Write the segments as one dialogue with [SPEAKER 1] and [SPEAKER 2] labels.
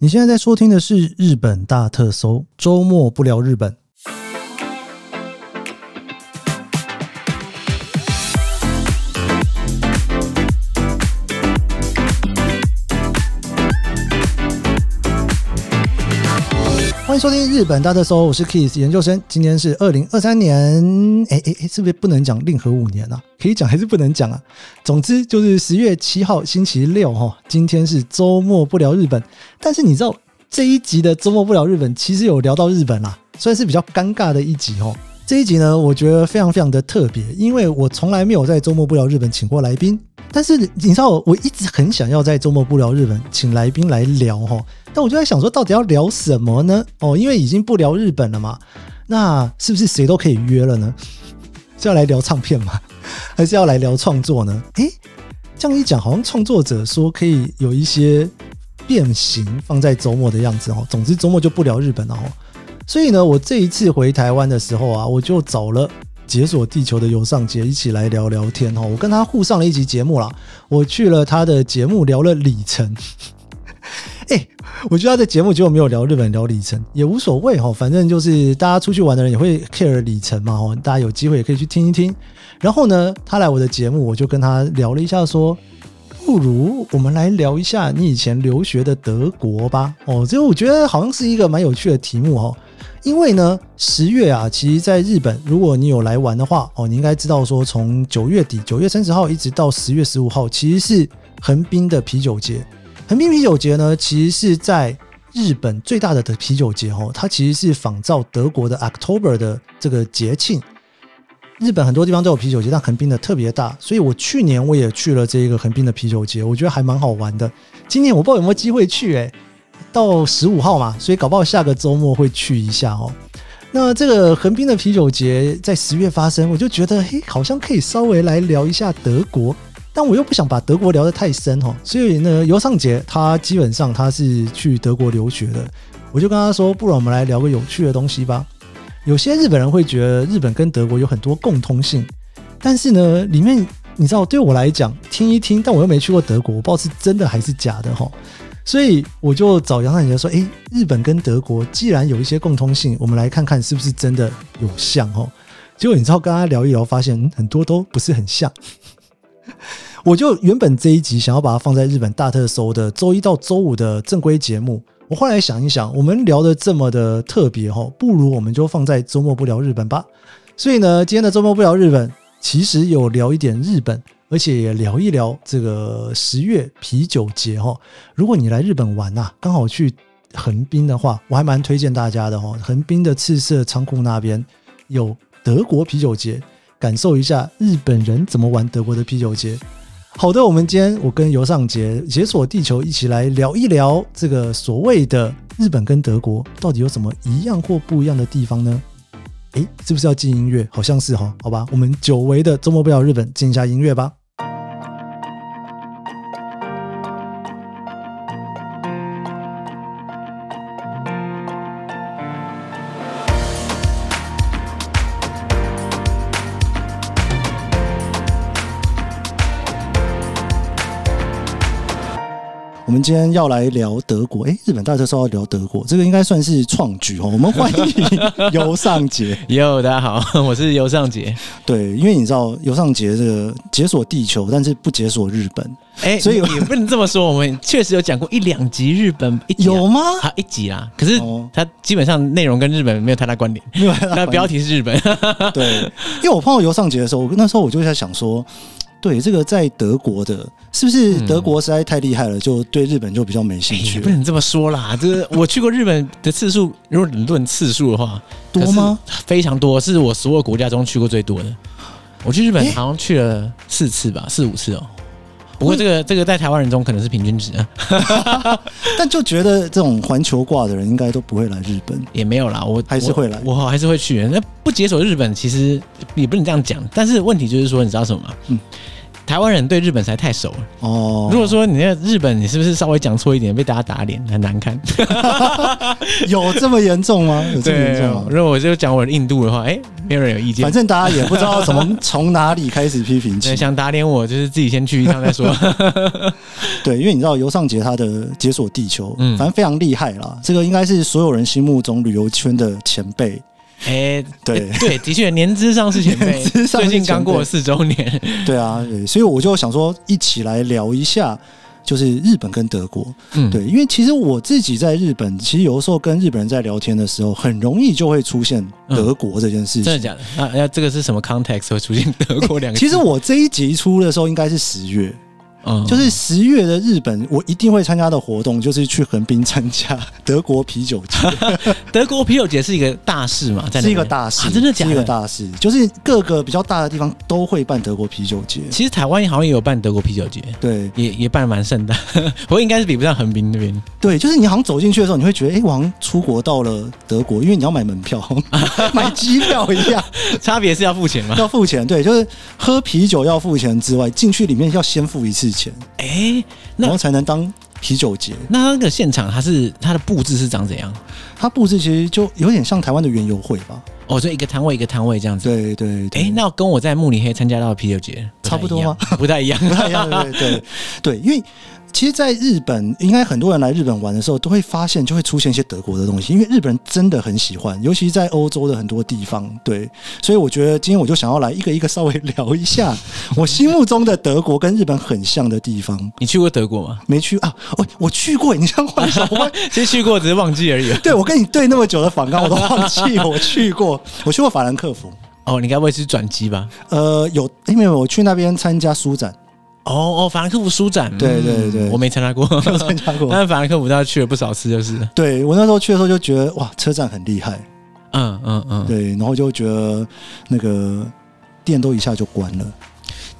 [SPEAKER 1] 你现在在收听的是《日本大特搜》，周末不聊日本。欢迎收听《日本大特搜》，我是 Kiss 研究生。今天是二零二三年，哎哎哎，是不是不能讲令和五年啊？可以讲还是不能讲啊？总之就是十月七号星期六哈，今天是周末不聊日本。但是你知道这一集的周末不聊日本，其实有聊到日本啦，算是比较尴尬的一集哦。这一集呢，我觉得非常非常的特别，因为我从来没有在周末不聊日本请过来宾。但是你知道，我一直很想要在周末不聊日本请来宾来聊哦，但我就在想说，到底要聊什么呢？哦，因为已经不聊日本了嘛，那是不是谁都可以约了呢？是要来聊唱片吗？还是要来聊创作呢？诶，这样一讲，好像创作者说可以有一些变形放在周末的样子哦。总之周末就不聊日本了哦。所以呢，我这一次回台湾的时候啊，我就找了。解锁地球的游尚杰一起来聊聊天哦，我跟他互上了一集节目啦，我去了他的节目聊了里程， 哎、我觉得他的节目结果没有聊日本，聊里程也无所谓哈、哦，反正就是大家出去玩的人也会 care 里程嘛哦，大家有机会也可以去听一听。然后呢，他来我的节目，我就跟他聊了一下说。不如我们来聊一下你以前留学的德国吧。哦，这我觉得好像是一个蛮有趣的题目哦。因为呢，十月啊，其实在日本，如果你有来玩的话，哦，你应该知道说，从九月底，九月三十号一直到十月十五号，其实是横滨的啤酒节。横滨啤酒节呢，其实是在日本最大的的啤酒节哦，它其实是仿照德国的 October 的这个节庆。日本很多地方都有啤酒节，但横滨的特别大，所以我去年我也去了这个横滨的啤酒节，我觉得还蛮好玩的。今年我不知道有没有机会去、欸，诶，到十五号嘛，所以搞不好下个周末会去一下哦。那这个横滨的啤酒节在十月发生，我就觉得嘿，好像可以稍微来聊一下德国，但我又不想把德国聊得太深哦，所以呢，尤尚杰他基本上他是去德国留学的，我就跟他说，不然我们来聊个有趣的东西吧。有些日本人会觉得日本跟德国有很多共通性，但是呢，里面你知道，对我来讲，听一听，但我又没去过德国，我不知道是真的还是假的哈。所以我就找杨尚杰说：“诶，哎日本跟德国既然有一些共通性，我们来看看是不是真的有像哦。”结果你知道，跟他聊一聊，发现、嗯很多都不是很像。我就原本这一集想要把它放在日本大特搜的周一到周五的正规节目，我后来想一想，我们聊的这么的特别哈，不如我们就放在周末不聊日本吧。所以呢，今天的周末不聊日本，其实有聊一点日本，而且也聊一聊这个十月啤酒节哈。如果你来日本玩呐、刚好去横滨的话，我还蛮推荐大家的哈。横滨的赤色仓库那边有德国啤酒节，感受一下日本人怎么玩德国的啤酒节。好的，我们今天我跟尤尚杰解锁地球一起来聊一聊这个所谓的日本跟德国到底有什么一样或不一样的地方呢？诶，是不是要进音乐？好像是哈，好吧，我们久违的周末不了日本，进一下音乐吧。我们今天要来聊德国，诶，日本大特搜要聊德国，这个应该算是创举哦。我们欢迎尤尚杰，
[SPEAKER 2] 哟，大家好，我是尤尚杰。
[SPEAKER 1] 对，因为你知道尤尚杰这个解锁地球，但是不解锁日本，
[SPEAKER 2] 哎、
[SPEAKER 1] 所以
[SPEAKER 2] 你也不能这么说，我们确实有讲过一两集日本，一集啊
[SPEAKER 1] 有 吗？
[SPEAKER 2] 啊，一集啦。可是
[SPEAKER 1] 哦
[SPEAKER 2] 它基本上内容跟日本没有太大 关联，
[SPEAKER 1] 没有办法
[SPEAKER 2] 那标题是日
[SPEAKER 1] 哦
[SPEAKER 2] 本。
[SPEAKER 1] 对，因为我碰到尤尚杰的时候，我那时候我就在想说，对这个在德国的，是不是德国实在太厉害了，就对日本就比较没兴
[SPEAKER 2] 也
[SPEAKER 1] 趣
[SPEAKER 2] 嗯哎不
[SPEAKER 1] 了？
[SPEAKER 2] 能这么说啦，这个我去过日本的次数，如果你论次数的话，
[SPEAKER 1] 多吗？
[SPEAKER 2] 可是非常多，是我所有国家中去过最多的。我去日本
[SPEAKER 1] 诶
[SPEAKER 2] 好像去了四次吧，四五次哦。不过这个这个在台湾人中可能是平均值，啊
[SPEAKER 1] 但就觉得这种环球挂的人应该都不会来日本。
[SPEAKER 2] 也没有啦。我
[SPEAKER 1] 还是
[SPEAKER 2] 我
[SPEAKER 1] 会来
[SPEAKER 2] 我还是会去。那不解锁日本其实也不能这样讲，但是问题就是说，你知道什么吗？
[SPEAKER 1] 嗯
[SPEAKER 2] 台湾人对日本实在太熟了。
[SPEAKER 1] 哦，
[SPEAKER 2] 如果说你那个日本，你是不是稍微讲错一点，被大家打脸，很 难看。
[SPEAKER 1] 有这么严重吗？有这么严
[SPEAKER 2] 对啊
[SPEAKER 1] 重吗，？
[SPEAKER 2] 如果我就讲我的印度的话，哎、没有人有意见
[SPEAKER 1] 反。正大家也不知道从 从哪里开始批评
[SPEAKER 2] 对，
[SPEAKER 1] 起。
[SPEAKER 2] 想打脸我，就是自己先去一趟 再说。
[SPEAKER 1] 对，因为你知道尤尚杰他的解锁地球，
[SPEAKER 2] 嗯
[SPEAKER 1] 反正非常厉害啦。这个应该是所有人心目中旅游圈的前辈。
[SPEAKER 2] 哎、
[SPEAKER 1] 对
[SPEAKER 2] 哎对，的确，年资上是前 辈，
[SPEAKER 1] 年资上是前辈
[SPEAKER 2] 最近刚过四周年。
[SPEAKER 1] 对啊，对，所以我就想说，一起来聊一下，就是日本跟德国。
[SPEAKER 2] 嗯，
[SPEAKER 1] 对，因为其实我自己在日本，其实有的时候跟日本人在聊天的时候，很容易就会出现德国这件事情。
[SPEAKER 2] 嗯真的假的？那那这个是什么 context 会出现德国两个字？
[SPEAKER 1] 其实我这一集出的时候应该是十月，
[SPEAKER 2] 嗯
[SPEAKER 1] 就是十月的日本，我一定会参加的活动就是去横滨参加 德国啤酒节，
[SPEAKER 2] 德国啤酒节是一个大事嘛，啊在那边
[SPEAKER 1] 是一个大事，
[SPEAKER 2] 啊，真的假
[SPEAKER 1] 是一个
[SPEAKER 2] 的？
[SPEAKER 1] 大事，就是各个比较大的地方都会办德国啤酒节。
[SPEAKER 2] 其实台湾好像也有办德国啤酒节，
[SPEAKER 1] 对
[SPEAKER 2] 也也办得蛮盛大， 不过应该是比不上横滨那边。
[SPEAKER 1] 对，就是你好像走进去的时候，你会觉得，哎、我好像出国到了德国，因为你要买门票、 买机票一样，
[SPEAKER 2] 差别是要付钱吗？
[SPEAKER 1] 要付钱。对，就是喝啤酒要付钱之外，进去里面要先付一次钱，
[SPEAKER 2] 哎、那
[SPEAKER 1] 然后才能当啤酒节。
[SPEAKER 2] 那那个现场它是它的布置是长怎样？
[SPEAKER 1] 它布置其实就有点像台湾的园游会吧？
[SPEAKER 2] 哦，就一个摊位一个摊位这样子。
[SPEAKER 1] 对对对。
[SPEAKER 2] 哎、那跟我在慕尼黑参加到的啤酒节
[SPEAKER 1] 差不多吗？啊
[SPEAKER 2] 不太一样，
[SPEAKER 1] 不太一样，对对对，因为其实，在日本，应该很多人来日本玩的时候，都会发现就会出现一些德国的东西，因为日本人真的很喜欢，尤其在欧洲的很多地方。对，所以我觉得今天我就想要来一个一个稍微聊一下我心目中的德国跟日本很像的地方。
[SPEAKER 2] 你去过德国吗？
[SPEAKER 1] 没去啊，我我去过，你像换小弯。
[SPEAKER 2] 其实去过，只是忘记 而已。
[SPEAKER 1] 对，我跟你对那么久的访纲，我都忘记我去过，我去过法兰克福，
[SPEAKER 2] 哦，你该不会是转机吧？
[SPEAKER 1] 呃，有，因为我去那边参加书展，
[SPEAKER 2] 哦哦，法兰克福书展，
[SPEAKER 1] 对对
[SPEAKER 2] 嗯
[SPEAKER 1] 对
[SPEAKER 2] 我没参加过，
[SPEAKER 1] 参加过。
[SPEAKER 2] 但法兰克福倒是去了不少次，就是，
[SPEAKER 1] 对我那时候去的时候就觉得哇，车站很厉害，
[SPEAKER 2] 嗯嗯嗯，
[SPEAKER 1] 对，然后就觉得那个店都一下就关 了，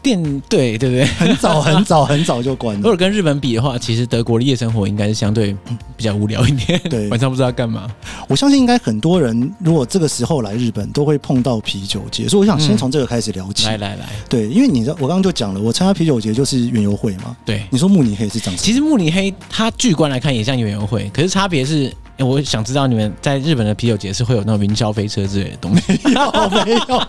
[SPEAKER 2] 店对对对。
[SPEAKER 1] 很早很早很早就关
[SPEAKER 2] 如
[SPEAKER 1] 了。
[SPEAKER 2] 果跟日本比的话，其实德国的夜生活应该是相对比较无聊一点，
[SPEAKER 1] 对
[SPEAKER 2] 晚上不知道干嘛。
[SPEAKER 1] 我相信应该很多人如果这个时候来日本，都会碰到啤酒节，所以我想先从这个开始聊起。
[SPEAKER 2] 来来来，
[SPEAKER 1] 对，因为你知道，我刚刚就讲了，我参加啤酒节就是园游会嘛。
[SPEAKER 2] 对，
[SPEAKER 1] 你说慕尼黑是长什么？
[SPEAKER 2] 其实慕尼黑它巨观来看也像园游会，可是差别是，诶我想知道你们在日本的啤酒节是会有那种云霄飞车之类的东西，
[SPEAKER 1] 有没有？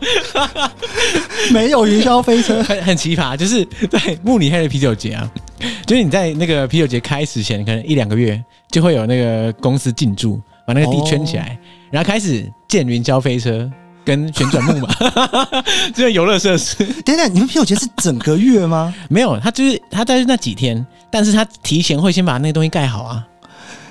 [SPEAKER 1] 没有云霄飞车。
[SPEAKER 2] 很很奇葩。就是在慕尼黑的啤酒节啊，就是你在那个啤酒节开始前，可能一两个月就会有那个公司进驻，把那个地圈起来，然后开始建云霄飞车跟旋转木马， 这个游乐设施。
[SPEAKER 1] 等等，你们啤酒节是整个月吗？
[SPEAKER 2] 没有，他就是他在那几天，但是他提前会先把那个东西盖好啊。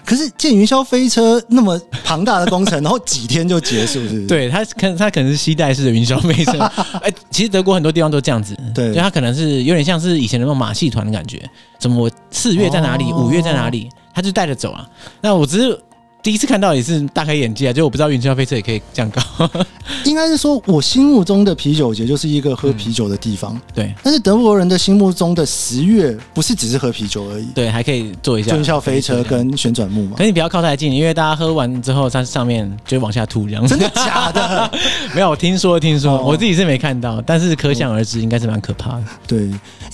[SPEAKER 1] 可是建云霄飞车那么庞大的工程，然后几天就结束，是不是？
[SPEAKER 2] 对他可能他可能是吸带式的云霄飞 车，哎、其实德国很多地方都这样子，
[SPEAKER 1] 对
[SPEAKER 2] 就他可能是有点像是以前的那种马戏团的感觉，怎么我四月在哪里，
[SPEAKER 1] 哦
[SPEAKER 2] 五、月在哪里，他就带着走啊。那我只是第一次看到也是大开眼界啊，就我不知道云霄飞车也可以这样搞，
[SPEAKER 1] 应该是说，我心目中的啤酒节就是一个喝啤酒的地方，
[SPEAKER 2] 对
[SPEAKER 1] 但是德国人的心目中的十月不是只是喝啤酒而已，
[SPEAKER 2] 对，还可以做一下
[SPEAKER 1] 就像飞车。跟旋转木马
[SPEAKER 2] 可，是你不要靠太近，因为大家喝完之后，它上面就往下吐这样子。
[SPEAKER 1] 真的假的？
[SPEAKER 2] 没有，我听说听说，
[SPEAKER 1] 哦
[SPEAKER 2] 我自己是没看到，但是可想而知，应该是蛮可怕的。
[SPEAKER 1] 对，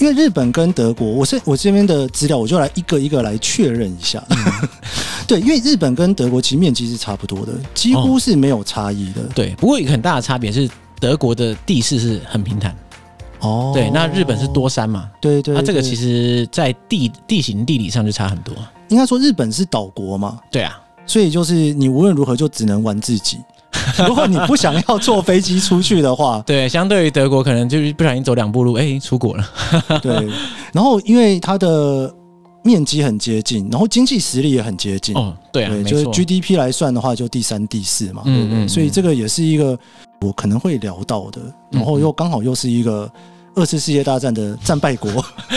[SPEAKER 1] 因为日本跟德国，我是我这边的资料，我就来一个一个来确认一下。
[SPEAKER 2] 嗯
[SPEAKER 1] 对，因为日本跟德国其实面积是差不多的，几乎是没有差异的。
[SPEAKER 2] 对，不过有一个很大的差别是，德国的地势是很平坦，
[SPEAKER 1] 哦，
[SPEAKER 2] 对，那日本是，多山嘛，
[SPEAKER 1] 对对
[SPEAKER 2] 那、这个其
[SPEAKER 1] 实
[SPEAKER 2] 实在地地形地理上就差很多。
[SPEAKER 1] 应该说日本是岛国嘛，
[SPEAKER 2] 对啊，
[SPEAKER 1] 所以就是你无论如何就只能玩自 己。如果你不想要坐飞机出去的话，
[SPEAKER 2] 对，相对于德国，可能就是不小心走两步路，哎、出国了。
[SPEAKER 1] 对，然后因为它的面积很接近，然后经济实力也很接近，
[SPEAKER 2] 哦，对啊，
[SPEAKER 1] 对，
[SPEAKER 2] 没
[SPEAKER 1] 就是
[SPEAKER 2] 错。
[SPEAKER 1] GDP 来算的话，就第三、第四嘛，
[SPEAKER 2] 嗯
[SPEAKER 1] 对不对
[SPEAKER 2] 嗯
[SPEAKER 1] 所以
[SPEAKER 2] 嗯
[SPEAKER 1] 这个也是一个我可能会聊到的，然
[SPEAKER 2] 嗯
[SPEAKER 1] 后又刚好又是一个。二次世界大战的战败国，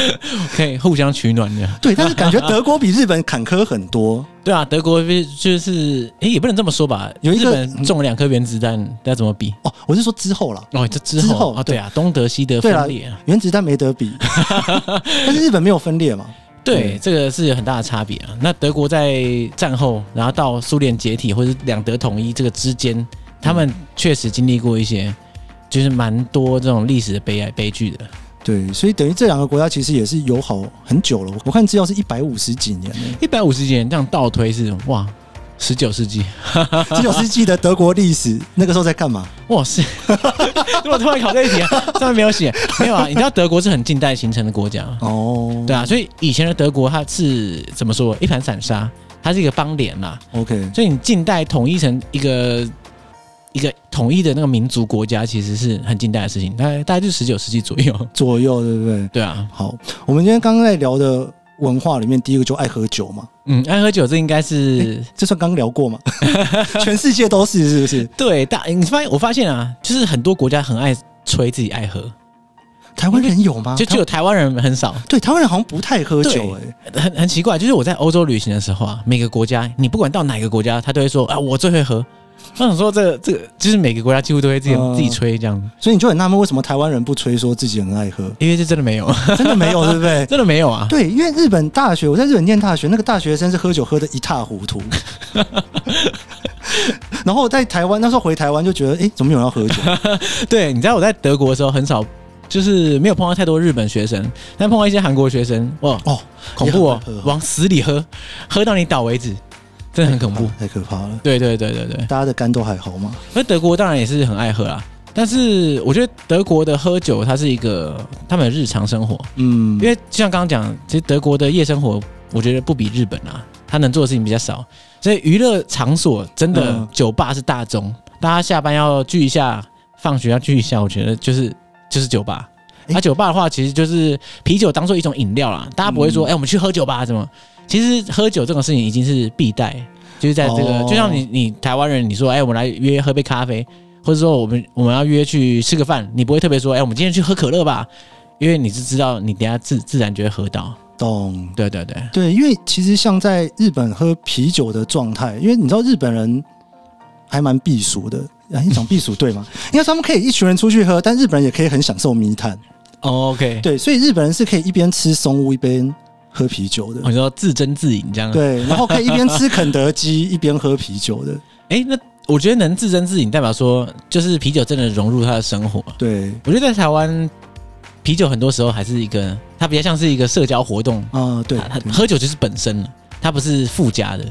[SPEAKER 2] 可以互相取暖的。
[SPEAKER 1] 对，但是感觉德国比日本坎坷很多。
[SPEAKER 2] 对啊，德国就是，哎、也不能这么说吧。
[SPEAKER 1] 有一
[SPEAKER 2] 日
[SPEAKER 1] 个
[SPEAKER 2] 本中了两颗原子弹，要怎么比？
[SPEAKER 1] 哦，我是说之后啦，
[SPEAKER 2] 哦，这之
[SPEAKER 1] 之
[SPEAKER 2] 后
[SPEAKER 1] 后
[SPEAKER 2] 啊、哦，对啊，东德西德
[SPEAKER 1] 对啦
[SPEAKER 2] 分裂啊，
[SPEAKER 1] 原子弹没得 比，但是日本没有分裂嘛？
[SPEAKER 2] 对，
[SPEAKER 1] 对
[SPEAKER 2] 这个是有很大的差别啊。那德国在战后，然后到苏联解体或者是两德统一这个之间，他们确实经历过一些，就是蛮多这种历史的悲哀悲剧的。
[SPEAKER 1] 对，所以等于这两个国家其实也是友好很久了。我看资料是一百五十几年了，
[SPEAKER 2] 一百五十几年这样倒推是哇，十九世纪
[SPEAKER 1] 十九世纪的德国历史那个时候在干嘛？
[SPEAKER 2] 哇是，怎么突然考这一题啊？上面没有写，没有啊？你知道德国是很近代形成的国家，
[SPEAKER 1] 哦，
[SPEAKER 2] 对啊，所以以前的德国它是怎么说？一盘散沙，它是一个邦联啊啦，
[SPEAKER 1] ，OK，
[SPEAKER 2] 所以你近代统一成一个一个统一的那个民族国家，其实是很近代的事情，大概大概就是十九世纪左右，
[SPEAKER 1] 左右对不对？
[SPEAKER 2] 对啊，
[SPEAKER 1] 好，我们今天刚刚在聊的文化里面，第一个就爱喝酒嘛，
[SPEAKER 2] 嗯，爱喝酒这应该是、
[SPEAKER 1] 这算刚聊 过吗？全世界都是是不是？
[SPEAKER 2] 对大，你发现我发现啊，就是很多国家很爱吹自己爱喝，
[SPEAKER 1] 台湾人有吗？
[SPEAKER 2] 就只有台湾人很少，
[SPEAKER 1] 对台湾人好像不太喝酒哎、
[SPEAKER 2] 很很奇怪，就是我在欧洲旅行的时候啊，每个国家你不管到哪个国家，他都会说啊我最会喝。我想说这个这个就是每个国家几乎都会自己、
[SPEAKER 1] 嗯
[SPEAKER 2] 自己吹这样，，
[SPEAKER 1] 所以你就很纳闷为什么台湾人不吹说自己很爱喝
[SPEAKER 2] 因为这真的没有，
[SPEAKER 1] 真的没有对不对？
[SPEAKER 2] 真的没有啊。
[SPEAKER 1] 对，因为日本大学，我在日本念大学，那个大学生是喝酒喝的一塌糊 涂。然后在台湾那时候回台湾就觉得，哎、怎么有人要喝酒？
[SPEAKER 2] 对，你知道我在德国的时候很少，就是没有碰到太多日本学生，但碰到一些韩国学生，哇，
[SPEAKER 1] 哦，
[SPEAKER 2] 恐怖哦
[SPEAKER 1] 也很可，怕
[SPEAKER 2] 往死里喝，喝到你倒为止，真的很恐怖。
[SPEAKER 1] 太可怕了。
[SPEAKER 2] 对对对对对，
[SPEAKER 1] 大家的肝都还好吗？
[SPEAKER 2] 而德国当然也是很爱喝啦，但是我觉得德国的喝酒，它是一个他们的日常生活，
[SPEAKER 1] 嗯
[SPEAKER 2] 因，为就像刚刚讲，其实德国的夜生活，我觉得不比日本啊，他能做的事情比较少，所以娱乐场所真的、
[SPEAKER 1] 嗯
[SPEAKER 2] 酒吧是大宗，大家下班要聚一下，放学要聚一下，我觉得就是就是酒吧。
[SPEAKER 1] 诶
[SPEAKER 2] 啊，酒吧的话，其实就是啤酒当做一种饮料啦，大家不会说，
[SPEAKER 1] 嗯
[SPEAKER 2] 哎、我们去喝酒吧，怎么？其实喝酒这种事情已经是必带，就是在这个，
[SPEAKER 1] 哦
[SPEAKER 2] 就像你你台湾人，你说，哎、我们来约喝杯咖啡，或者说我们我们要约去吃个饭，你不会特别说，哎、我们今天去喝可乐吧，因为你是知道你等一下自自然就会喝到。
[SPEAKER 1] 懂。
[SPEAKER 2] 对对对，
[SPEAKER 1] 对，因为其实像在日本喝啤酒的状态，因为你知道日本人还蛮避暑的，啊，你讲避暑对吗？ 因为他们可以一群人出去喝，但日本人也可以很享受迷炭。
[SPEAKER 2] 哦 OK，
[SPEAKER 1] 对，所以日本人是可以一边吃松屋一边喝啤酒的
[SPEAKER 2] 我。说自斟自饮这样。，
[SPEAKER 1] 对，然后可以一边吃肯德基一边喝啤酒的。
[SPEAKER 2] 哎，那我觉得能自斟自饮，代表说就是啤酒真的融入他的生活。
[SPEAKER 1] 对，
[SPEAKER 2] 我觉得在台湾，啤酒很多时候还是一个，它比较像是一个社交活动，
[SPEAKER 1] 啊、对
[SPEAKER 2] 它它
[SPEAKER 1] 对。
[SPEAKER 2] 喝酒就是本身了，它不是附加的。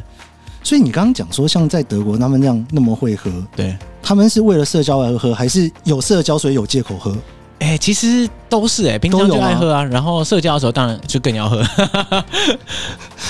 [SPEAKER 1] 所以你刚刚讲说，像在德国他们那样那么会喝，
[SPEAKER 2] 对，
[SPEAKER 1] 他们是为了社交而喝，还是有社交所以有借口喝？
[SPEAKER 2] 哎，其实都是哎，平常
[SPEAKER 1] 都有
[SPEAKER 2] 就爱
[SPEAKER 1] 吗
[SPEAKER 2] 喝啊，然后社交的时候当然就更要喝。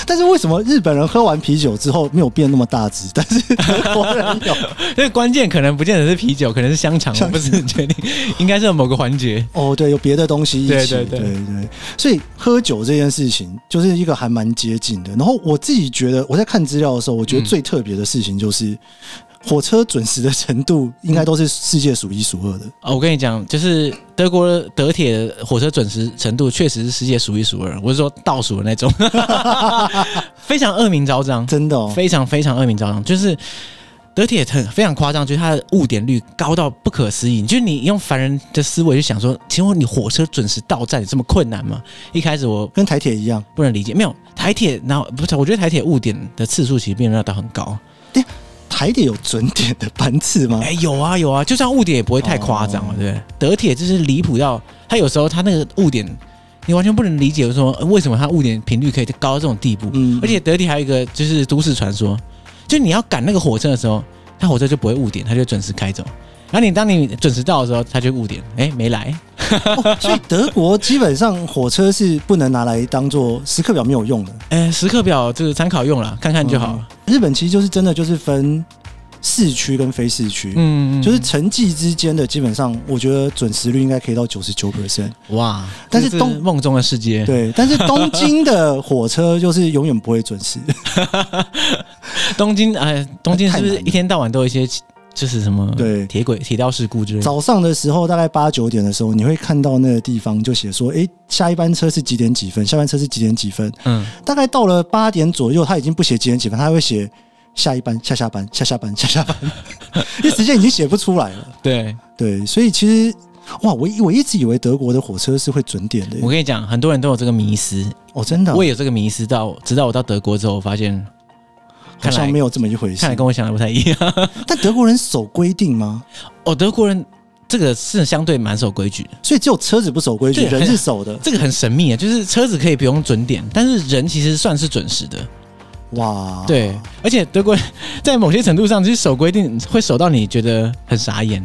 [SPEAKER 1] 但是为什么日本人喝完啤酒之后没有变那么大只， 但是德国人有？
[SPEAKER 2] 所以关键可能不见得是啤酒，可能是香肠，我不是很确定，应该是某个环节。
[SPEAKER 1] 哦，对，有别的东西一起，
[SPEAKER 2] 对对对
[SPEAKER 1] 对所以喝酒这件事情就是一个还蛮接近的。然后我自己觉得，我在看资料的时候，我觉得最特别的事情就是、火车准时的程度，应该都是世界数一数二的。
[SPEAKER 2] 哦，我跟你讲，就是德国的德铁的火车准时程度确实是世界数一数二，我是说倒数的那种， 非常恶名昭彰，
[SPEAKER 1] 真的哦，
[SPEAKER 2] 非常非常恶名昭彰，就是。德铁很非常夸张，就是它的误点率高到不可思议。就是你用凡人的思维去想说，请问你火车准时到站有这么困难吗？一开始我
[SPEAKER 1] 跟台铁一样。
[SPEAKER 2] 不能理解，没有台铁，然后不是，我觉得台铁误点的次数其实并没有到很高。
[SPEAKER 1] 台铁有准点的班次 吗？
[SPEAKER 2] 哎、有啊有啊，就算误点也不会太夸张了，
[SPEAKER 1] 哦
[SPEAKER 2] 对不对？德铁就是离谱到，他有时候他那个误点，你完全不能理解说呃为什么他误点频率可以高到这种地步。
[SPEAKER 1] 嗯
[SPEAKER 2] 而且德铁还有一个就是都市传说，就你要赶那个火车的时候，他火车就不会误点，他就准时开走。然后你当你准时到的时候，他就误点，哎，没来。
[SPEAKER 1] 哦所以德国基本上火车是不能拿来当做时刻表没有用的，
[SPEAKER 2] 哎，时刻表就是参考用了，看看就好了。
[SPEAKER 1] 嗯日本其实就是真的就是分市区跟非市区，
[SPEAKER 2] 嗯，
[SPEAKER 1] 就是城际之间的，基本上我觉得准时率应该可以到九十九 percent。
[SPEAKER 2] 哇，
[SPEAKER 1] 但是
[SPEAKER 2] 这
[SPEAKER 1] 东
[SPEAKER 2] 梦中的世界，
[SPEAKER 1] 对，但是东京的火车就是永远不会准时。
[SPEAKER 2] 东京哎，东京是不
[SPEAKER 1] 太难
[SPEAKER 2] 是
[SPEAKER 1] 了
[SPEAKER 2] 一天到晚都有一些就是什么
[SPEAKER 1] 对
[SPEAKER 2] 铁轨铁道事故之类的？
[SPEAKER 1] 早上的时候，大概八九点的时候，你会看到那个地方就写说，诶，下一班车是几点几分，下一班车是几点几分。
[SPEAKER 2] 嗯，
[SPEAKER 1] 大概到了八点左右，他已经不写几点几分，他会写下一班、下下班、下下班、下下班，因为时间已经写不出来了。
[SPEAKER 2] 对，
[SPEAKER 1] 对，所以其实哇，我一我一直以为德国的火车是会准点的耶
[SPEAKER 2] 我。跟你讲，很多人都有这个迷失，
[SPEAKER 1] 哦，真的啊、
[SPEAKER 2] 我也有这个迷失到，直到我到德国之后，我发现
[SPEAKER 1] 好
[SPEAKER 2] 看来
[SPEAKER 1] 像没有这么一回事
[SPEAKER 2] 看来。跟我想的不太一样。
[SPEAKER 1] 但德国人守规定吗？
[SPEAKER 2] 哦，德国人这个是相对蛮守规矩的。
[SPEAKER 1] 所以只有车子不守规矩，
[SPEAKER 2] 对
[SPEAKER 1] 人是守的。
[SPEAKER 2] 这个很神秘啊，就是车子可以不用准点，但是人其实算是准时的。
[SPEAKER 1] 哇，
[SPEAKER 2] 对，而且德国人 在某些程度上，就是守规定会守到你觉得很傻眼。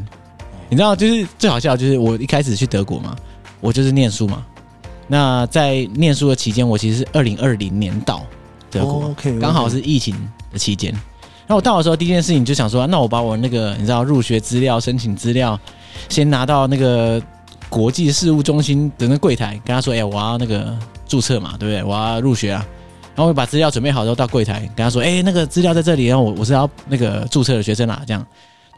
[SPEAKER 2] 你知道，就是最好笑，就是我一开始去德国嘛，我就是念书嘛。那在念书的期间，我其实是二零二零年到德国，
[SPEAKER 1] o k
[SPEAKER 2] 刚好是疫情的期间。然后我到的时候，第一件事情就想说，那我把我那个你知道入学资料、申请资料，先拿到那个国际事务中心的那柜台，跟他说，哎、我要那个注册嘛，对不对？我要入学啊。然后我把资料准备好之后，到柜台跟他说，哎、那个资料在这里，然后我我是要那个注册的学生啦、这样。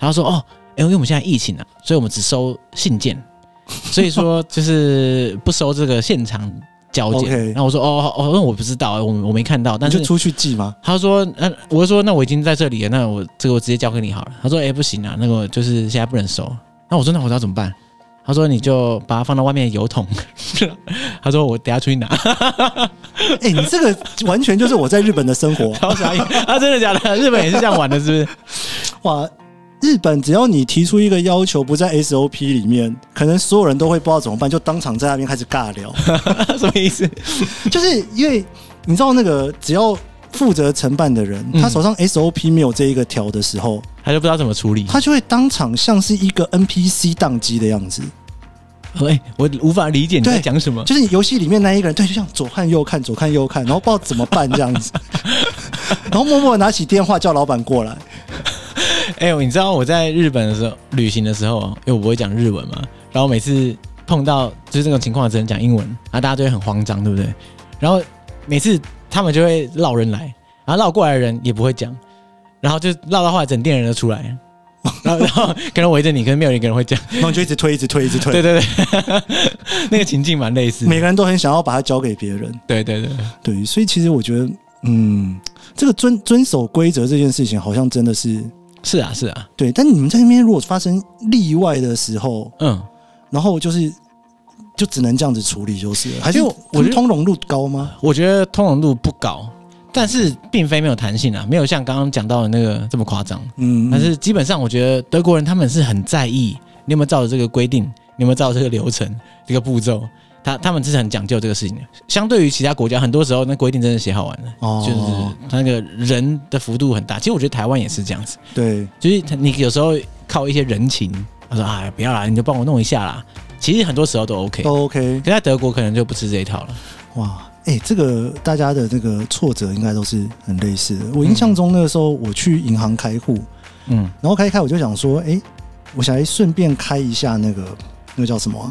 [SPEAKER 2] 然后说，哦，哎、因为我们现在疫情啊，所以我们只收信件， 所以说就是不收这个现场交件。
[SPEAKER 1] OK
[SPEAKER 2] 然后我说，哦哦，那我不知道，我我没看到，但
[SPEAKER 1] 你
[SPEAKER 2] 是
[SPEAKER 1] 就出去寄吗？
[SPEAKER 2] 他说：“那、我就说那我已经在这里了，那我这个我直接交给你好了。”他说：“哎、不行啊，那个就是现在不能收。”那我说：“那我知道怎么办？”他说：“你就把它放到外面的油桶。” 他说：“我等下出去拿。
[SPEAKER 1] 哎、你这个完全就是我在日本的生活”
[SPEAKER 2] 超傻眼！啊，真的假的？日本也是这样玩的，是不是？
[SPEAKER 1] 哇！日本只要你提出一个要求不在 SOP 里面，可能所有人都会不知道怎么办，就当场在那边开始尬聊，
[SPEAKER 2] 什么意思？
[SPEAKER 1] 就是因为你知道那个只要负责承办的人，
[SPEAKER 2] 嗯
[SPEAKER 1] 他手上 SOP 没有这一个条的时候，
[SPEAKER 2] 他就不知道怎么处理。
[SPEAKER 1] 他就会当场像是一个 NPC 宕机的样子，
[SPEAKER 2] 哎、我无法理解你在
[SPEAKER 1] 对
[SPEAKER 2] 讲什么。
[SPEAKER 1] 就是游戏里面那一个人，对，就像左看右看，左看右看，然后不知道怎么办这样 子，然后默默地拿起电话叫老板过来，
[SPEAKER 2] 哎、你知道我在日本的时候旅行的时候，因为我不会讲日文嘛，然后每次碰到就是这种情况，只能讲英文，然后大家就会很慌张，对不对？然后每次他们就会绕人来，然后绕过来的人也不会讲，然后就绕到后来整店人都出来，然后然后可能围着你，可能没有一个人会讲，
[SPEAKER 1] 然后就一直推，一直推，一直推，
[SPEAKER 2] 对对对， 那个情境蛮类似，
[SPEAKER 1] 每个人都很想要把它交给别人。
[SPEAKER 2] 对对对，
[SPEAKER 1] 对，所以其实我觉得，嗯，这个遵遵守规则这件事情，好像真的是
[SPEAKER 2] 是啊是啊，
[SPEAKER 1] 对。但你们在那边如果发生例外的时候，
[SPEAKER 2] 嗯，
[SPEAKER 1] 然后就是就只能这样子处理，就是了还是
[SPEAKER 2] 因为我
[SPEAKER 1] 我
[SPEAKER 2] 觉
[SPEAKER 1] 们
[SPEAKER 2] 得
[SPEAKER 1] 通融度高吗？
[SPEAKER 2] 我觉得通融度不高，但是并非没有弹性啊，没有像刚刚讲到的那个这么夸张。
[SPEAKER 1] 嗯，
[SPEAKER 2] 但是基本上，我觉得德国人他们是很在意你有没有照着这个规定，你有没有照着这个流程、这个步骤，他他们是很讲究这个事情的。相对于其他国家，很多时候那规定真的写好玩的，
[SPEAKER 1] 哦，
[SPEAKER 2] 就是他那个人的幅度很大。其实我觉得台湾也是这样子，
[SPEAKER 1] 对，
[SPEAKER 2] 就是他你有时候靠一些人情，他说啊不要啦，你就帮我弄一下啦。其实很多时候都 OK，可
[SPEAKER 1] 都 OK。
[SPEAKER 2] 在德国可能就不吃这一套了。
[SPEAKER 1] 哇，哎、这个大家的这个挫折应该都是很类似的。我印象中那个时候我去银行开户，
[SPEAKER 2] 嗯，
[SPEAKER 1] 然后开一开，我就想说，哎、我想来顺便开一下那个那个叫什么啊、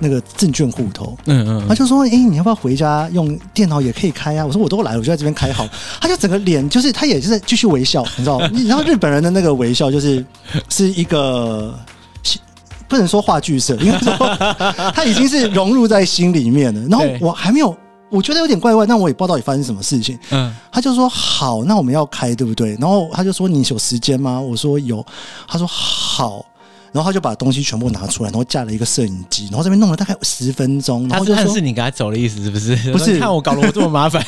[SPEAKER 1] 那个证券户头。
[SPEAKER 2] 嗯嗯
[SPEAKER 1] 他就说：“哎、你要不要回家用电脑也可以开啊？”我说：“我都来了，我就在这边开好。”他就整个脸就是，他也是在继续微笑，你知道吗？你知道日本人的那个微笑就是是一个是不能说话剧社，应该说他已经是融入在心里面了。然后
[SPEAKER 2] 对
[SPEAKER 1] 我还没有，我觉得有点怪怪，但我也不知道到底发生什么事情。
[SPEAKER 2] 嗯
[SPEAKER 1] 他就说好，那我们要开，对不对？然后他就说你有时间吗？我说有。他说好，然后他就把东西全部拿出来，然后架了一个摄影机，然后这边弄了大概十分钟，然
[SPEAKER 2] 他
[SPEAKER 1] 后
[SPEAKER 2] 是
[SPEAKER 1] 就
[SPEAKER 2] 暗
[SPEAKER 1] 说
[SPEAKER 2] 示，你给他走的意思是不是？
[SPEAKER 1] 不是
[SPEAKER 2] 你看我搞得我这么麻 烦。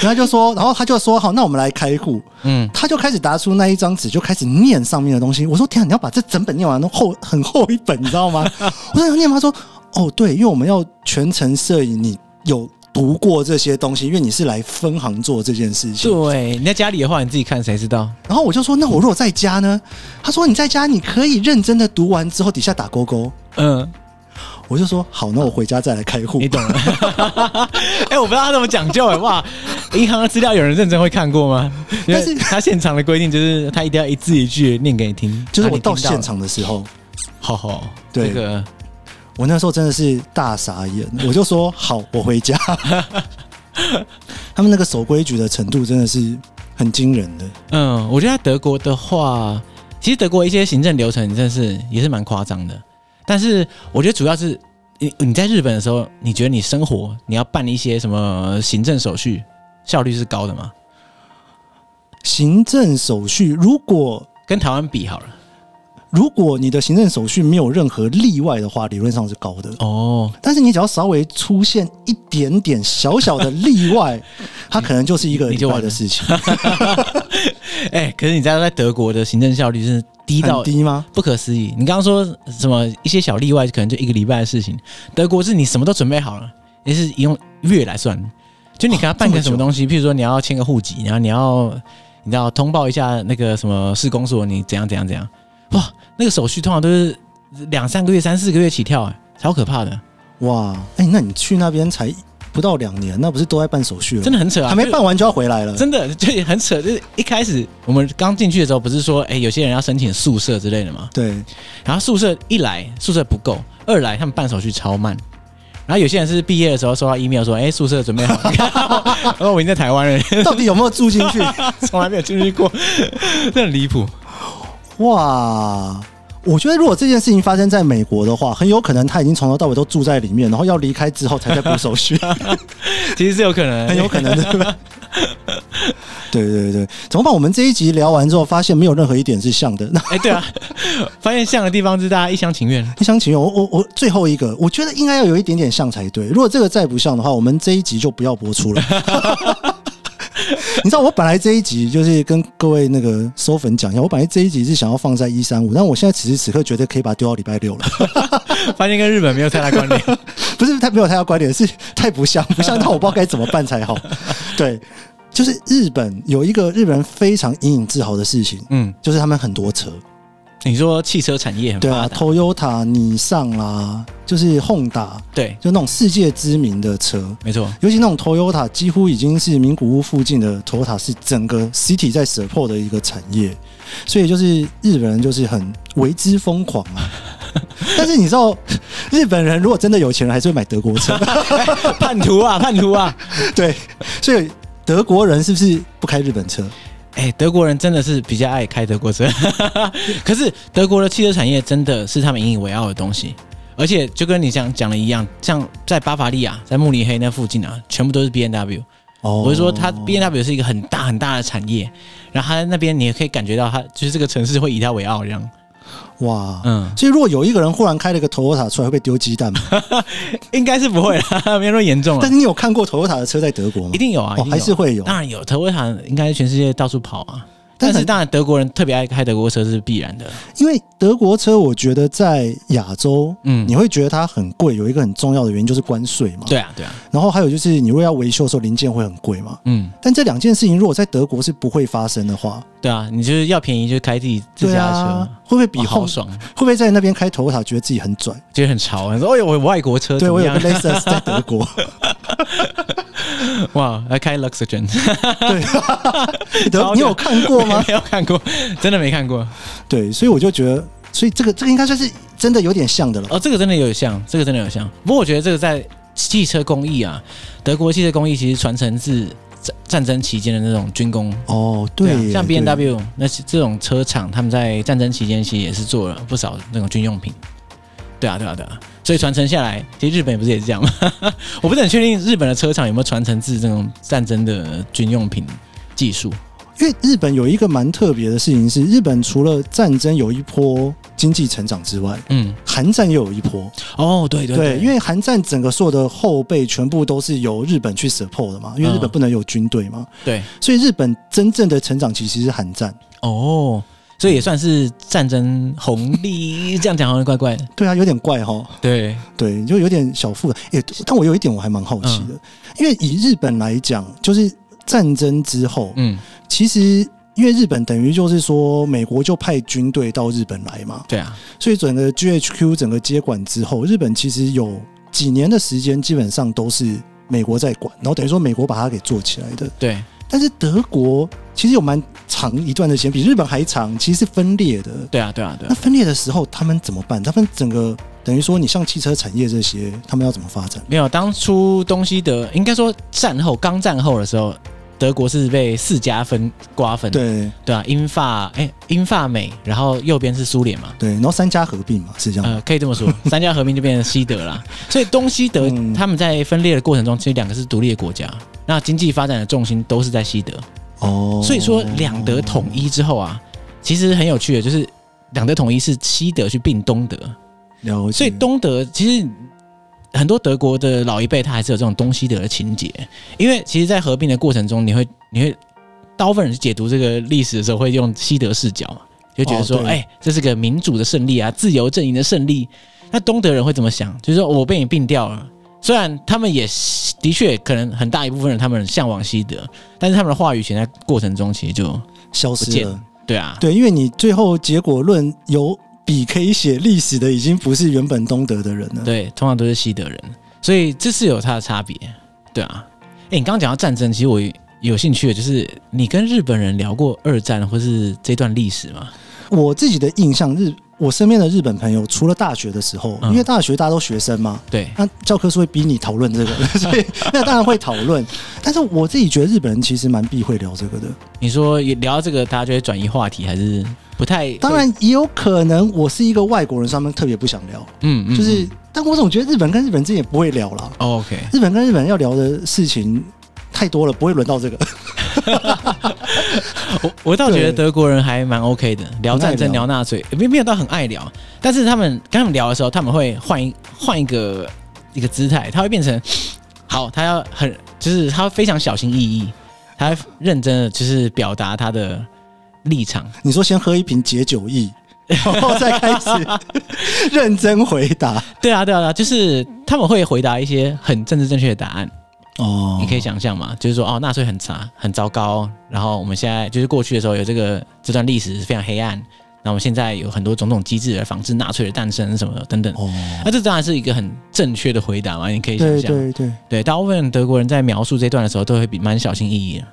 [SPEAKER 1] 然后他就说，然后他就说好，那我们来开户。
[SPEAKER 2] 嗯，
[SPEAKER 1] 他就开始拿出那一张纸，就开始念上面的东西。我说天啊，你要把这整本念完，都厚很厚一本，你知道吗？ 我说要念吗？他说哦对，因为我们要全程摄影，你有读过这些东西，因为你是来分行做这件事情。
[SPEAKER 2] 对，你在家里的话，你自己看谁知道？
[SPEAKER 1] 然后我就说，那我如果在家呢？他说你在家你可以认真的读完之后底下打勾勾。
[SPEAKER 2] 嗯，
[SPEAKER 1] 我就说好，那我回家再来开户
[SPEAKER 2] 你。懂了。 哎、我不知道他怎么讲究哎，哇！银行的资料有人认真会看过吗？
[SPEAKER 1] 但是
[SPEAKER 2] 因为他现场的规定就是他一定要一字一句念给你听，
[SPEAKER 1] 就是
[SPEAKER 2] 然后
[SPEAKER 1] 我
[SPEAKER 2] 啊你
[SPEAKER 1] 到
[SPEAKER 2] 听了
[SPEAKER 1] 现，场的时候，
[SPEAKER 2] 好好，
[SPEAKER 1] 对
[SPEAKER 2] 这个
[SPEAKER 1] 我那时候真的是大傻眼，我就说好，我回 家。他们那个守规矩的程度真的是很惊人的。
[SPEAKER 2] 嗯，我觉得在德国的话，其实德国一些行政流程真的是也是蛮夸张的，但是我觉得主要是你你在日本的时候，你觉得你生活你要办一些什么行政手续，效率是高的吗？
[SPEAKER 1] 行政手续，如果
[SPEAKER 2] 跟台湾比好了。
[SPEAKER 1] 如果你的行政手续没有任何例外的话，理论上是高的。
[SPEAKER 2] 哦，
[SPEAKER 1] 但是你只要稍微出现一点点小小的例外，它可能就是一个
[SPEAKER 2] 你
[SPEAKER 1] 例
[SPEAKER 2] 就
[SPEAKER 1] 外
[SPEAKER 2] 完了
[SPEAKER 1] 的事情。
[SPEAKER 2] 哎、可是你知道在德国的行政效率是 低到
[SPEAKER 1] 很低吗？
[SPEAKER 2] 不可思议。你刚刚说什么一些小例外，可能就一个礼拜的事情。德国是你什么都准备好了，也是用月来算，就你给他办个什么东
[SPEAKER 1] 哦
[SPEAKER 2] 西，譬如说你要签个户籍，然后你要你知道通报一下那个什么市公所，你怎样怎样怎样。哇，那个手续通常都是两三个月、三四个月起跳、哎，超可怕的，
[SPEAKER 1] 哇，哎、那你去那边才不到两年，那不是都在办手续了？
[SPEAKER 2] 真
[SPEAKER 1] 的、
[SPEAKER 2] 的很扯啊！
[SPEAKER 1] 还没
[SPEAKER 2] 就
[SPEAKER 1] 办完就要回来了？
[SPEAKER 2] 真的啊就也很扯，就是一开始我们刚进去的时候，不是说哎、有些人要申请宿舍之类的嘛，
[SPEAKER 1] 对，
[SPEAKER 2] 然后宿舍一来宿舍不够，二来他们办手续超慢。然后有些人是毕业的时候收到 email 说，哎，宿舍准备好 了，然后我已经在台湾了，
[SPEAKER 1] 到底有没有住进去？
[SPEAKER 2] 从来没有进去过， 这很离谱。
[SPEAKER 1] 哇！我觉得，如果这件事情发生在美国的话，很有可能他已经从头到尾都住在里面，然后要离开之后才在补手 续，
[SPEAKER 2] 其实是有可能，
[SPEAKER 1] 很有可能，对吧？对对对，怎么办？我们这一集聊完之后，发现没有任何一点是像的。那
[SPEAKER 2] 哎，对啊，发现像的地方是大家一厢情愿。
[SPEAKER 1] 一厢情愿，我我我最后一个，我觉得应该要有一点点像才对。如果这个再不像的话，我们这一集就不要播出 了。你知道我本来这一集就是跟各位那个收粉讲一下，我本来这一集是想要放在一三五，但我现在此时此刻觉得可以把它丢到礼拜六了。
[SPEAKER 2] 发现跟日本没有太大关联。
[SPEAKER 1] 不是太没有太大观点，是 太不像，不像到我不知道该怎么办才好。对，就是日本有一个日本人非常引以自豪的事情，
[SPEAKER 2] 嗯，
[SPEAKER 1] 就是他们很多车，
[SPEAKER 2] 你说汽车产业很
[SPEAKER 1] 对
[SPEAKER 2] 发
[SPEAKER 1] 啊
[SPEAKER 2] 达，
[SPEAKER 1] ，Toyota、尼桑啦，就是 Honda，
[SPEAKER 2] 对，
[SPEAKER 1] 就那种世界知名的车。
[SPEAKER 2] 没错，
[SPEAKER 1] 尤其那种 Toyota 几乎已经是名古屋附近的 Toyota 是整个 city 在 support 的一个产业，所以就是日本人就是很为之疯狂啊。但是你知道，日本人如果真的有钱人，还是会买德国车。
[SPEAKER 2] 叛徒啊，叛徒啊！
[SPEAKER 1] 对，所以德国人是不是不开日本车？
[SPEAKER 2] 哎、德国人真的是比较爱开德国车， 可是德国的汽车产业真的是他们引以为傲的东西。而且就跟你想讲的一样，像在巴伐利亚、在慕尼黑那附近啊，全部都是 B N W。
[SPEAKER 1] 哦
[SPEAKER 2] 我是说，它 B N W 是一个很大很大的产业，然后它那边你也可以感觉到它，就是这个城市会以它为傲这样。
[SPEAKER 1] 哇，
[SPEAKER 2] 嗯，
[SPEAKER 1] 所以如果有一个人忽然开了个 Toyota 出来，会被丢鸡蛋 吗？
[SPEAKER 2] 应该是不会啦，没 有那么严重
[SPEAKER 1] 但
[SPEAKER 2] 了
[SPEAKER 1] 是。你有看过 Toyota 的车在德国吗？
[SPEAKER 2] 一定有啊，
[SPEAKER 1] 哦
[SPEAKER 2] 一定有
[SPEAKER 1] 还
[SPEAKER 2] 啊
[SPEAKER 1] 是会有
[SPEAKER 2] 当然有，德国塔应该全世界到处跑啊。
[SPEAKER 1] 但
[SPEAKER 2] 但
[SPEAKER 1] 是哦
[SPEAKER 2] 是当然，德国人特别爱开德国车是必然的。
[SPEAKER 1] 因为德国车，我觉得在亚洲，
[SPEAKER 2] 嗯
[SPEAKER 1] 你会觉得它很贵，有一个很重要的原因就是关税嘛。。
[SPEAKER 2] 对啊，对啊，
[SPEAKER 1] 然后还有就是，你如果要维修的时候，零件会很贵嘛。
[SPEAKER 2] 嗯。
[SPEAKER 1] 但这两件事情如果在德国是不会发生的话，
[SPEAKER 2] 对啊，你就是要便宜就开自己自
[SPEAKER 1] 对
[SPEAKER 2] 家的车，
[SPEAKER 1] 啊，会不会比
[SPEAKER 2] 哇
[SPEAKER 1] 后
[SPEAKER 2] 好
[SPEAKER 1] 会
[SPEAKER 2] 爽，
[SPEAKER 1] 不会在那边开 Toyota 觉得自己很拽？
[SPEAKER 2] 觉得很潮。你说，哎呦，我有外国车，
[SPEAKER 1] 对
[SPEAKER 2] 怎
[SPEAKER 1] 我
[SPEAKER 2] 么
[SPEAKER 1] 有
[SPEAKER 2] 样
[SPEAKER 1] 个？Lexus 在德国，
[SPEAKER 2] 哇，还开 Luxgen，
[SPEAKER 1] 对，
[SPEAKER 2] 超
[SPEAKER 1] 德你有看过吗？
[SPEAKER 2] 没有看过，真的没看过。
[SPEAKER 1] 对，所以我就觉得，所以这个这个应该算是真的有点像的了。
[SPEAKER 2] 哦，这个真的有像，这个真的有像。不过我觉得这个在汽车工艺啊，德国汽车工艺其实传承自战战争期间的那种军工。
[SPEAKER 1] 哦，
[SPEAKER 2] 对啊
[SPEAKER 1] 对，
[SPEAKER 2] 像
[SPEAKER 1] 对
[SPEAKER 2] B N W 那些这种车厂，他们在战争期间其实也是做了不少那种军用品。对啊，对啊，对啊，所以传承下来，其实日本也不是也是这样吗？ 我不是很确定日本的车厂有没有传承自这种战争的军用品技术。
[SPEAKER 1] 因为日本有一个蛮特别的事情是，日本除了战争有一波经济成长之外，
[SPEAKER 2] 嗯，
[SPEAKER 1] 韩战又有一波。
[SPEAKER 2] 哦，对对
[SPEAKER 1] 对，因为韩战整个所有的后备全部都是由日本去 support 的嘛，因为
[SPEAKER 2] 嗯
[SPEAKER 1] 日本不能有军队嘛，
[SPEAKER 2] 对
[SPEAKER 1] 所以日本真正的成长其实是韩战。
[SPEAKER 2] 哦，所以也算是战争红利，这样讲好像怪怪的。
[SPEAKER 1] 对啊，有点怪哈。
[SPEAKER 2] 对，
[SPEAKER 1] 对，就有点小负的。诶、但我有一点我还蛮好奇的，因为以日本来讲，就是战争之后，
[SPEAKER 2] 嗯，
[SPEAKER 1] 其实因为日本等于就是说，美国就派军队到日本来嘛，
[SPEAKER 2] 对啊，
[SPEAKER 1] 所以整个 GHQ 整个接管之后，日本其实有几年的时间基本上都是美国在管，然后等于说美国把它给做起来的。
[SPEAKER 2] 对，
[SPEAKER 1] 但是德国其实有蛮长一段的时间，比日本还长，其实是分裂的。
[SPEAKER 2] 对啊，对啊，对
[SPEAKER 1] 那
[SPEAKER 2] 啊。
[SPEAKER 1] 分裂的时候，他们怎么办？他们整个等于说，你像汽车产业这些，他们要怎么发展？
[SPEAKER 2] 没有，当初东西德应该说战后刚战后的时候，德国是被四家分瓜分。
[SPEAKER 1] 对
[SPEAKER 2] 对啊，英法哎、英法美，然后右边是苏联嘛，
[SPEAKER 1] 对，然后三家合并嘛，是这样。
[SPEAKER 2] 呃，可以这 么说，三家合并就变成西德啦。所以东西德
[SPEAKER 1] 嗯
[SPEAKER 2] 他们在分裂的过程中，其实两个是独立的国家，那经济发展的重心都是在西德。
[SPEAKER 1] 哦，
[SPEAKER 2] 所以说两德统一之后啊，其实很有趣的，就是两德统一是西德去并东德，
[SPEAKER 1] 了解，
[SPEAKER 2] 所以东德其实。很多德国的老一辈，他还是有这种东西德的情节，因为其实，在合并的过程中，你会你会大部分人去解读这个历史的时候，会用西德视角嘛，就觉得说
[SPEAKER 1] 哦，对
[SPEAKER 2] 哎、这是个民主的胜利啊，自由阵营的胜利。那东德人会怎么想？就是说我被你并掉了。虽然他们也的确可能很大一部分人他们向往西德，但是他们的话语权在过程中其实就
[SPEAKER 1] 消
[SPEAKER 2] 不
[SPEAKER 1] 失
[SPEAKER 2] 见
[SPEAKER 1] 了。
[SPEAKER 2] 对啊，
[SPEAKER 1] 对，因为你最后结果论有笔可以写历史的，已经不是原本东德的人了。
[SPEAKER 2] 对，通常都是西德人，所以这是有它的差别，对啊。哎、你刚刚讲到战争，其实我有兴趣的就是你跟日本人聊过二战或是这段历史吗？
[SPEAKER 1] 我自己的印象，日我身边的日本朋友，除了大学的时候，
[SPEAKER 2] 嗯
[SPEAKER 1] 因为大学大家都学生嘛，
[SPEAKER 2] 对，
[SPEAKER 1] 那教科书会逼你讨论这个， 所以那当然会讨论。但是我自己觉得日本人其实蛮避讳聊这个的。
[SPEAKER 2] 你说也聊到这个，大家就会转移话题，还是不太？
[SPEAKER 1] 当，然也有可能我是一个外国人，所以他们特别不想聊。
[SPEAKER 2] 嗯，嗯
[SPEAKER 1] 就是，
[SPEAKER 2] 嗯
[SPEAKER 1] 但我总觉得日本跟日本之间也不会聊啦。
[SPEAKER 2] 哦 OK，
[SPEAKER 1] 日本跟日本人要聊的事情太多了，不会轮到这个。
[SPEAKER 2] 我我倒觉
[SPEAKER 1] 对
[SPEAKER 2] 得德国人还蛮 OK 的，聊战争、
[SPEAKER 1] 很爱聊
[SPEAKER 2] 聊纳粹，没没有到很爱聊，但是他们跟他们聊的时候，他们会换一换一个一个姿态，他会变成好，他要很就是他非常小心翼翼，他会认真的就是表达他的立场，
[SPEAKER 1] 你说先喝一瓶解酒 液，然后再开始认真回答。
[SPEAKER 2] 对啊，对啊，对啊，就是他们会回答一些很政治正确的答案，
[SPEAKER 1] 哦
[SPEAKER 2] 你可以想象嘛，就是说哦，纳粹很差，很糟糕，然后我们现在就是过去的时候有这个这段历史是非常黑暗，那我们现在有很多种种机制来防止纳粹的诞生什么的等等。
[SPEAKER 1] 哦，
[SPEAKER 2] 那、这当然是一个很正确的回答嘛，你可以想
[SPEAKER 1] 对
[SPEAKER 2] 象，
[SPEAKER 1] 对对。
[SPEAKER 2] 对大部分德国人在描述这段的时候都会比蛮小心翼翼的，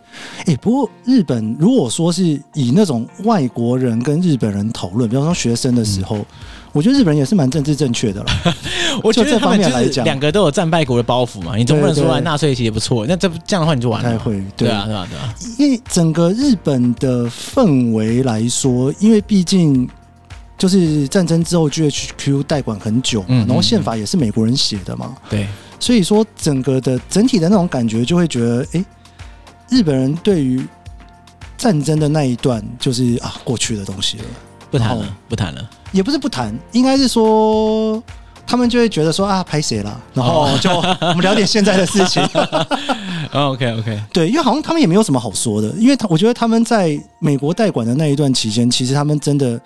[SPEAKER 1] 哎、不过日本如果说是以那种外国人跟日本人讨论，比方说学生的时候，
[SPEAKER 2] 嗯
[SPEAKER 1] 我觉得日本人也是蛮政治正确的啦。
[SPEAKER 2] 我觉得
[SPEAKER 1] 这
[SPEAKER 2] 他
[SPEAKER 1] 方
[SPEAKER 2] 们
[SPEAKER 1] 面来
[SPEAKER 2] 就是
[SPEAKER 1] 讲
[SPEAKER 2] 两个都有战败国的包袱嘛，你总不能
[SPEAKER 1] 对
[SPEAKER 2] 说
[SPEAKER 1] 对
[SPEAKER 2] 啊纳粹其实也不错，那这这样的话你就
[SPEAKER 1] 不
[SPEAKER 2] 完了
[SPEAKER 1] 太
[SPEAKER 2] 嘛。
[SPEAKER 1] 会，
[SPEAKER 2] 对啊，对啊，对啊，
[SPEAKER 1] 因为整个日本的氛围来说，因为毕竟就是战争之后 GHQ 代管很久嘛，
[SPEAKER 2] 嗯嗯
[SPEAKER 1] 然后宪法也是美国人写的嘛，
[SPEAKER 2] 对，
[SPEAKER 1] 所以说整个的整体的那种感觉就会觉得，诶，日本人对于战争的那一段就是啊过去的东西了，
[SPEAKER 2] 不谈
[SPEAKER 1] 好
[SPEAKER 2] 了，不谈了。
[SPEAKER 1] 也不是不谈，应该是说。他们就会觉得说啊，拍谁啦，然后就我们聊点现在的事情。
[SPEAKER 2] OK OK，
[SPEAKER 1] 对，因为好像他们也没有什么好说的，因为他我觉得他们在美国代管的那一段期间，其实他们真的，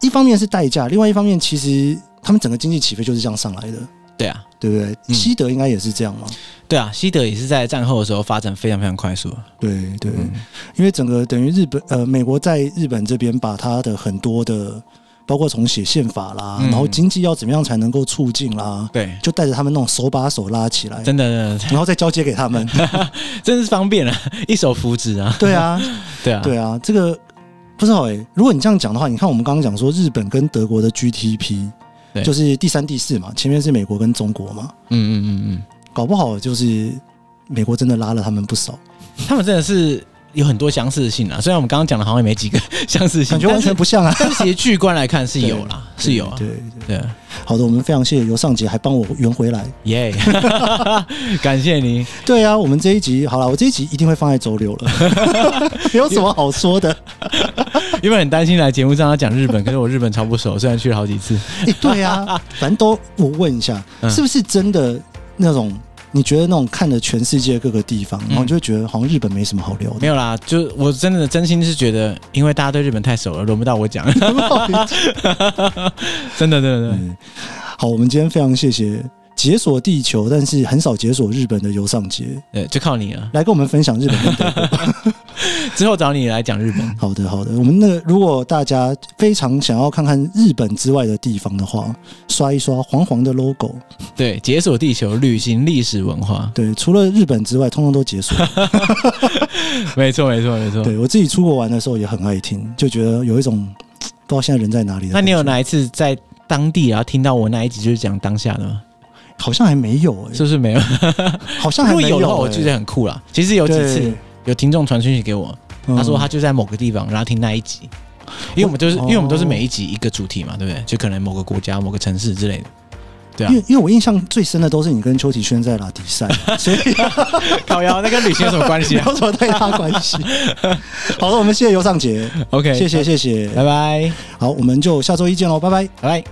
[SPEAKER 1] 一方面是代价，另外一方面其实他们整个经济起飞就是这样上来的，
[SPEAKER 2] 对啊，
[SPEAKER 1] 对不对？
[SPEAKER 2] 嗯
[SPEAKER 1] 西德应该也是这样嘛。
[SPEAKER 2] 对啊，西德也是在战后的时候发展非常非常快速。
[SPEAKER 1] 对对，
[SPEAKER 2] 嗯
[SPEAKER 1] 因为整个等于日本呃，美国在日本这边把他的很多的，包括从写宪法啦，
[SPEAKER 2] 嗯
[SPEAKER 1] 然后经济要怎么样才能够促进啦，
[SPEAKER 2] 对，
[SPEAKER 1] 就带着他们那种手把手拉起来，
[SPEAKER 2] 真的，真的
[SPEAKER 1] 然后再交接给他们。
[SPEAKER 2] 真是方便啊，一手扶植啊，
[SPEAKER 1] 对啊，
[SPEAKER 2] 对啊，
[SPEAKER 1] 对啊，这个不知道哎、如果你这样讲的话，你看我们刚刚讲说日本跟德国的 GDP，
[SPEAKER 2] 对
[SPEAKER 1] 就是第三、第四嘛，前面是美国跟中国嘛，
[SPEAKER 2] 嗯嗯嗯
[SPEAKER 1] 搞不好就是美国真的拉了他们不少，
[SPEAKER 2] 嗯，他们真的是有很多相似性啊，虽然我们刚刚讲的好像也没几个 相似性，
[SPEAKER 1] 感觉完全不像啊。
[SPEAKER 2] 但是，但是其实巨观来看是有啦，是有啊
[SPEAKER 1] 对，，对
[SPEAKER 2] 对，
[SPEAKER 1] 好的，我们非常谢谢尤尚杰还帮我圆回来。
[SPEAKER 2] 耶， 感谢你，
[SPEAKER 1] 对啊，我们这一集好了，我这一集一定会放在周六了， 没有什么好说的。
[SPEAKER 2] 因为很担心来节目上要讲日本，可是我日本超不熟，虽然去了好几次，
[SPEAKER 1] 哎，对啊，反正都我问一下，
[SPEAKER 2] 嗯
[SPEAKER 1] 是不是真的那种？你觉得那种看了全世界各个地方，然后
[SPEAKER 2] 嗯
[SPEAKER 1] 你就会觉得好像日本没什么好聊的
[SPEAKER 2] 没。有啦，就我真的真心是觉得，因为大家对日本太熟了，轮不到我讲， 真的真的真的，
[SPEAKER 1] 嗯，好，我们今天非常谢谢解锁地球，但是很少解锁日本的游上杰
[SPEAKER 2] 对，就靠你了，
[SPEAKER 1] 来跟我们分享日本跟德国。
[SPEAKER 2] 之后找你来讲日本，
[SPEAKER 1] 好的，好的。我们那个如果大家非常想要看看日本之外的地方的话，刷一刷黄黄的 logo，
[SPEAKER 2] 对，解锁地球，旅行历史文化，
[SPEAKER 1] 对，除了日本之外，通通都解锁。
[SPEAKER 2] 没错没错没错，
[SPEAKER 1] 对我自己出国玩的时候也很爱听，就觉得有一种不知道现在人在哪里的
[SPEAKER 2] 那
[SPEAKER 1] 感觉。
[SPEAKER 2] 你有哪一次在当地然后听到我那一集就是讲当下的吗？
[SPEAKER 1] 好像还没有、欸，
[SPEAKER 2] 是不是没有？
[SPEAKER 1] 好像
[SPEAKER 2] 如
[SPEAKER 1] 还
[SPEAKER 2] 果
[SPEAKER 1] 没
[SPEAKER 2] 有的话，
[SPEAKER 1] 欸
[SPEAKER 2] 我觉得很酷啦。其实有几次
[SPEAKER 1] 对
[SPEAKER 2] 有听众传讯息给我，
[SPEAKER 1] 嗯
[SPEAKER 2] 他说他就在某个地方，然后听那一集。因为我们都是，
[SPEAKER 1] 哦
[SPEAKER 2] 因为我们都是每一集一个主题嘛，对不对？就可能某个国家、某个城市之类的。对啊
[SPEAKER 1] 因，为因为我印象最深的都是你跟邱体轩在拉迪赛， 所以啊
[SPEAKER 2] 烤窑那跟旅行有什么关系啊
[SPEAKER 1] 没有什么太大关系。好了，我们谢谢尤尚杰，
[SPEAKER 2] ？OK，
[SPEAKER 1] 谢谢，谢谢。
[SPEAKER 2] 拜拜，
[SPEAKER 1] 好，我们就下周一见喽，拜拜。
[SPEAKER 2] 拜拜。